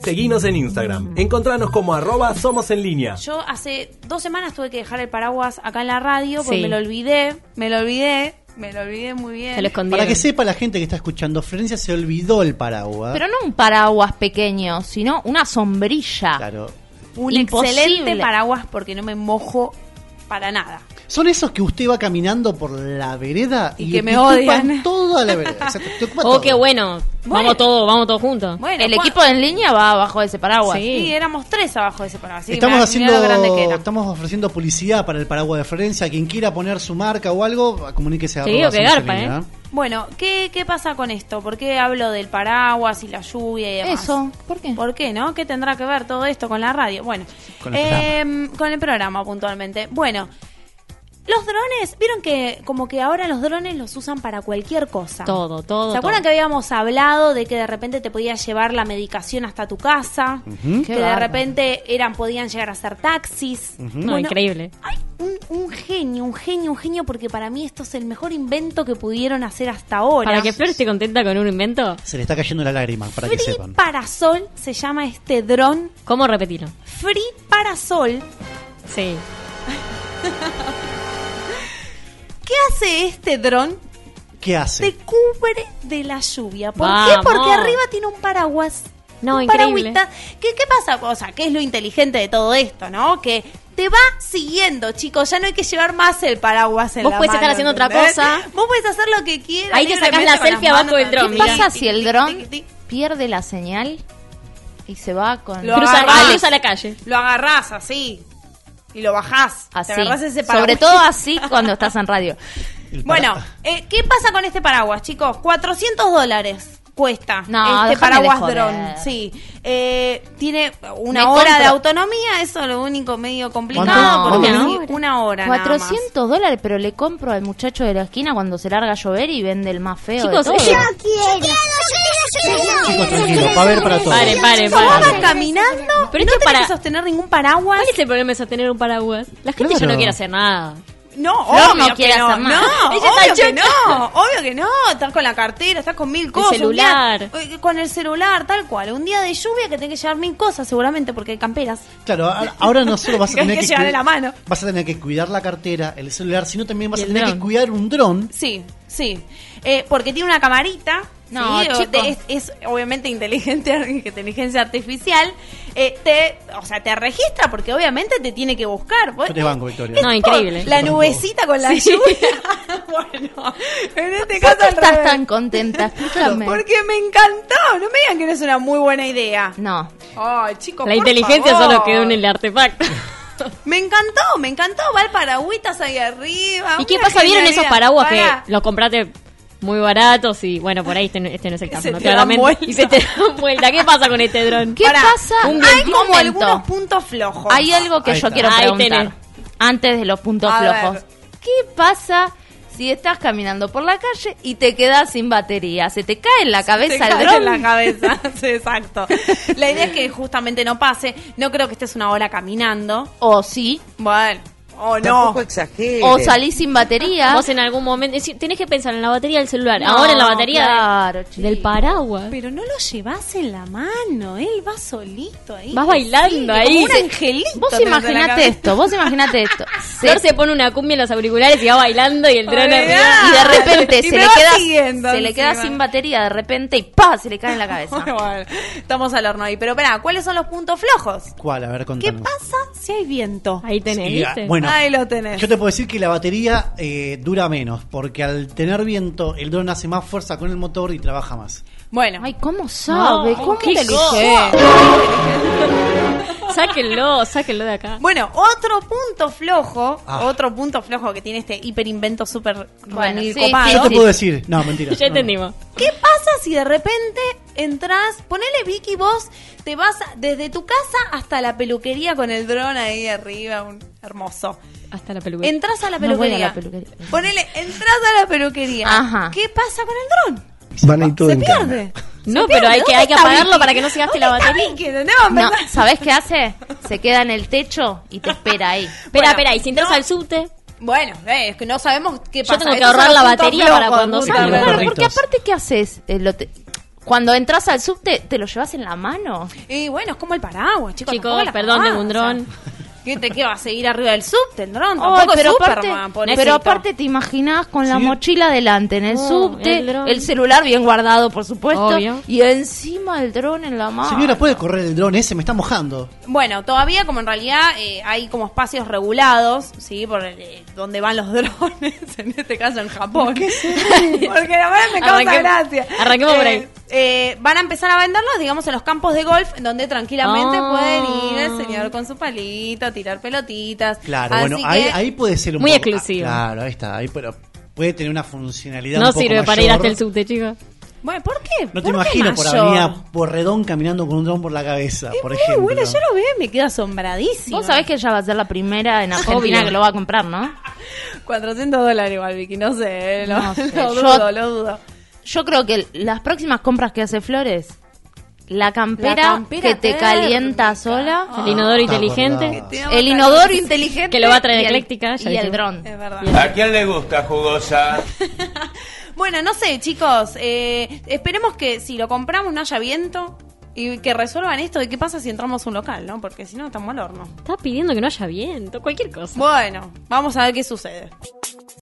Seguinos en Instagram. Encontranos como arroba somos en línea. Yo hace dos semanas tuve que dejar el paraguas acá en la radio porque Sí. me lo olvidé, me lo olvidé, me lo olvidé muy bien. Se lo escondieron. Para que sepa la gente que está escuchando, Florencia se olvidó el paraguas. Pero no un paraguas pequeño, sino una sombrilla. Claro. Un Imposible. excelente paraguas porque no me mojo para nada. Son esos que usted va caminando por la vereda y, Y que me te ocupan odian. toda la vereda. Exacto, te ocupa Oh, todo. qué bueno. Bueno. Vamos todos, vamos todos juntos. Bueno, el Juan- equipo en línea va abajo de ese paraguas. Sí. Sí, éramos tres abajo de ese paraguas. así que estamos mirá- mirá haciendo, lo grande que era. estamos ofreciendo publicidad para el paraguas de Florencia. Quien quiera poner su marca o algo, comuníquese a Te digo arroba que Somos garpa, Elena. ¿eh? Bueno, ¿qué, ¿qué pasa con esto? ¿Por qué hablo del paraguas y la lluvia y demás? Eso, ¿por qué? ¿Por qué, no? ¿Qué tendrá que ver todo esto con la radio? Bueno, Con el em, con el programa puntualmente. Bueno, los drones, vieron que como que ahora los drones los usan para cualquier cosa. Todo, todo. ¿Se acuerdan todo. que habíamos hablado de que de repente te podía llevar la medicación hasta tu casa? Ujú. Qué que de bárbaro. repente eran podían llegar a ser taxis. No, Bueno, increíble. Ay, un, un genio, un genio, un genio, porque para mí esto es el mejor invento que pudieron hacer hasta ahora. Para que Flor esté contenta con un invento, Se le está cayendo la lágrima, para que Free sepan. Parasol se llama este dron. ¿cómo repetirlo? Free Parasol. Sí. ¿Qué hace este dron? ¿Qué hace? Te cubre de la lluvia. ¿Por qué? Vamos. Porque arriba tiene un paraguas. No, un increíble. paragüita. ¿Qué, ¿Qué pasa? O sea, ¿qué es lo inteligente de todo esto, no? Que te va siguiendo, chicos. Ya no hay que llevar más el paraguas en Vos la puedes estar mano, haciendo otra ¿entendés? cosa. Vos puedes hacer lo que quieras. Ahí te sacás la libremente con selfie las abajo manos, del dron, tic, ¿Qué Mirá. tic, pasa tic, si el tic, dron tic, tic, tic? pierde la señal y se va con... Lo Cruza, agarrás. cruza la calle. Lo agarrás así. Y lo bajás. Te Así. agarrás ese Sobre paraguas. todo así cuando estás en radio. El para- Bueno, eh, ¿qué pasa con este paraguas, chicos? 400 dólares cuesta No, este déjame paraguas de joder. dron. Sí. Eh, tiene una Me hora de compro- autonomía, eso es lo único medio complicado. ¿Cuánto? porque ¿Una sí, una hora. nada más. 400 dólares, pero le compro al muchacho de la esquina cuando se larga a llover y vende el más feo Chicos, de todo. ella- Chicos, tranquilo, va a haber para todos. Pare, pare, ¿Cómo vas pare. caminando? Pero no esto tenés para- que sostener ningún paraguas. ¿Cuál es el problema de sostener un paraguas? La gente ya Claro. no quiere hacer nada. No, Flor obvio no que quiere no. hacer más. No, Ella obvio está que chocha. no. Obvio que no. Estás con la cartera, estás con mil cosas. un día- celular. eh, con el celular, tal cual. Un día de lluvia que tenés que llevar mil cosas, seguramente, porque hay camperas. Claro, a- ahora no solo vas a Que hay tener que que, llevar cuid- en la mano. vas a tener que cuidar la cartera, el celular, sino también vas Y a el tener que dron. cuidar un dron. Sí, sí. Eh, porque tiene una camarita. No, ¿sí? O chico. te- es, es obviamente inteligente, inteligencia artificial. Eh, te, o sea, te registra porque obviamente te tiene que buscar. Vos- Yo te banco, Victoria. es No, por increíble. La Yo banco. nubecita con la lluvia. bueno, en este ¿Por caso qué al estás revés. tan contenta? Explícame. Porque me encantó. No me digan que no es una muy buena idea. No, Ay, chicos, La por inteligencia favor. solo quedó en el artefacto. Me encantó, me encantó. Va el paragüitas ahí arriba. ¿Y qué Una pasa? ¿Vieron genialidad. esos paraguas Pará. que los compraste muy baratos y bueno, por ahí este, no- este no es el Que caso, se ¿no? te dan vuelta. Y se te dan vuelta. ¿Qué pasa con este dron? ¿Qué Pará, pasa? Hay Un como momento. algunos puntos flojos. hay algo que Ahí yo está. quiero Ahí preguntar. Antes de los puntos A ver. flojos. ¿Qué pasa si estás caminando por la calle y te quedas sin batería? ¿Se te cae en la Te cabeza cae el dron? en la cabeza, sí, exacto. La idea es que justamente no pase. No creo que estés una hora caminando. O sí, Bueno, o no. Tampoco exagere. o salís sin batería. Vos en algún momento. es decir, tenés que pensar en la batería del celular. Ah. No, Ahora en la batería de- claro, chico. del paraguas. Pero no lo llevas en la mano, él va solito ahí. Vas bailando Sí, ahí. Como un angelito. Vos tenés en la imaginate cabeza. esto, vos imaginate esto. Se- Flor se pone una cumbia en los auriculares y va bailando y el dron Olvidá. arriba. y de repente Y se me le va siguiendo queda se le queda encima. sin batería de repente y pa se le cae en la cabeza. Bueno, bueno, estamos al horno ahí. Pero espera, ¿cuáles son los puntos flojos? ¿Cuál? A ver, ¿Qué contanos. pasa si hay viento? Ahí tenés, Y, ah, ¿viste? bueno, Ahí lo tenés. yo te puedo decir que la batería eh, dura menos, porque al tener viento, el dron hace más fuerza con el motor y trabaja más. Bueno, Ay, ¿cómo sabe? No, ¿Cómo qué inteligente? Sáquenlo, sáquenlo de acá. Bueno, otro punto flojo, Ah. otro punto flojo que tiene este hiperinvento súper Bueno, remil sí, copado. Ah, yo ¿no? te puedo decir. No, mentira. Ya no, no. entendimos. ¿Qué pasa si de repente entras, ponele Vicky vos, te vas a- desde tu casa hasta la peluquería con el dron ahí arriba, un hermoso. Hasta la peluca. Entras a la No voy a peluquería. la peluquería. Ponele, entras a la peluquería. Ajá. ¿Qué pasa con el dron? Van a ir todo Se en cámara. pierde. No, Se pero pierde. hay que, ¿Dónde hay que está apagarlo Vicky? para que no se gaste la ¿Dónde está batería. Vicky? ¿Entendés? No, Empezá- ¿sabés qué hace? Se queda en el techo y te espera ahí. Espera, Bueno, espera, y si entras no. al subte, Bueno, eh, es que no sabemos qué Yo pasa. tengo que Estos son ahorrar los la puntos batería para flojos, cuando Gustavo. salga. Claro, Claro, Ah, porque perritos. aparte qué haces? Eh, lo te- Cuando entras al subte, ¿te lo llevas en la mano? Y bueno, es como el paraguas, chicos. Chicos, tampoco la perdón, cagada, tengo un o sea, dron. ¿Qué te qué va a seguir arriba del subte, el dron? Ay, Tampoco es Oh, pero, Superman, aparte, pobrecito. pero aparte te imaginas con la Sí. mochila delante en el Oh, subte, el el, dron. celular bien guardado, por supuesto, Obvio. y encima el dron en la mano. Señora, ¿puede correr el dron ese? Me está mojando. Bueno, todavía como en realidad eh, hay como espacios regulados, ¿sí? Por el, eh, donde van los drones, en este caso en Japón. Porque la verdad me causa Arranquemos- gracia. arranquemos por Eh, ahí. eh, van a empezar a venderlos, digamos, en los campos de golf, donde tranquilamente Ah. pueden ir el señor con su palito, a tirar pelotitas. Claro, Así bueno, que- ahí, ahí puede ser un Muy poco- exclusivo. ah, Claro, ahí está. Ahí pero puede tener una funcionalidad. No un poco sirve para mayor. ir hasta el subte, chicos. Bueno, ¿por qué? ¿Por No te qué imagino por mayor? Avenida Porredón caminando con un dron por la cabeza, por Muy ejemplo. bueno, yo lo veo y me quedo asombradísima. Vos sabés que ella va a ser la primera en Argentina Obvio. que lo va a comprar, ¿no? 400 dólares igual, Vicky, no sé, eh, lo, No sé, lo yo- dudo, lo dudo. Yo creo que las próximas compras que hace Flores, la campera, La campera que te térmica. calienta sola, El inodoro Está inteligente. acordado. el inodoro inteligente Ah. Que lo va a traer y el- Ecléctica, ya y el dijimos. dron. Es verdad. ¿A quién le gusta jugosa? Bueno, no sé, chicos. eh, esperemos que si lo compramos no haya viento y que resuelvan esto de qué pasa si entramos a un local, ¿no? Porque si no, estamos al horno. Estaba pidiendo que no haya viento, cualquier cosa. Bueno, vamos a ver qué sucede.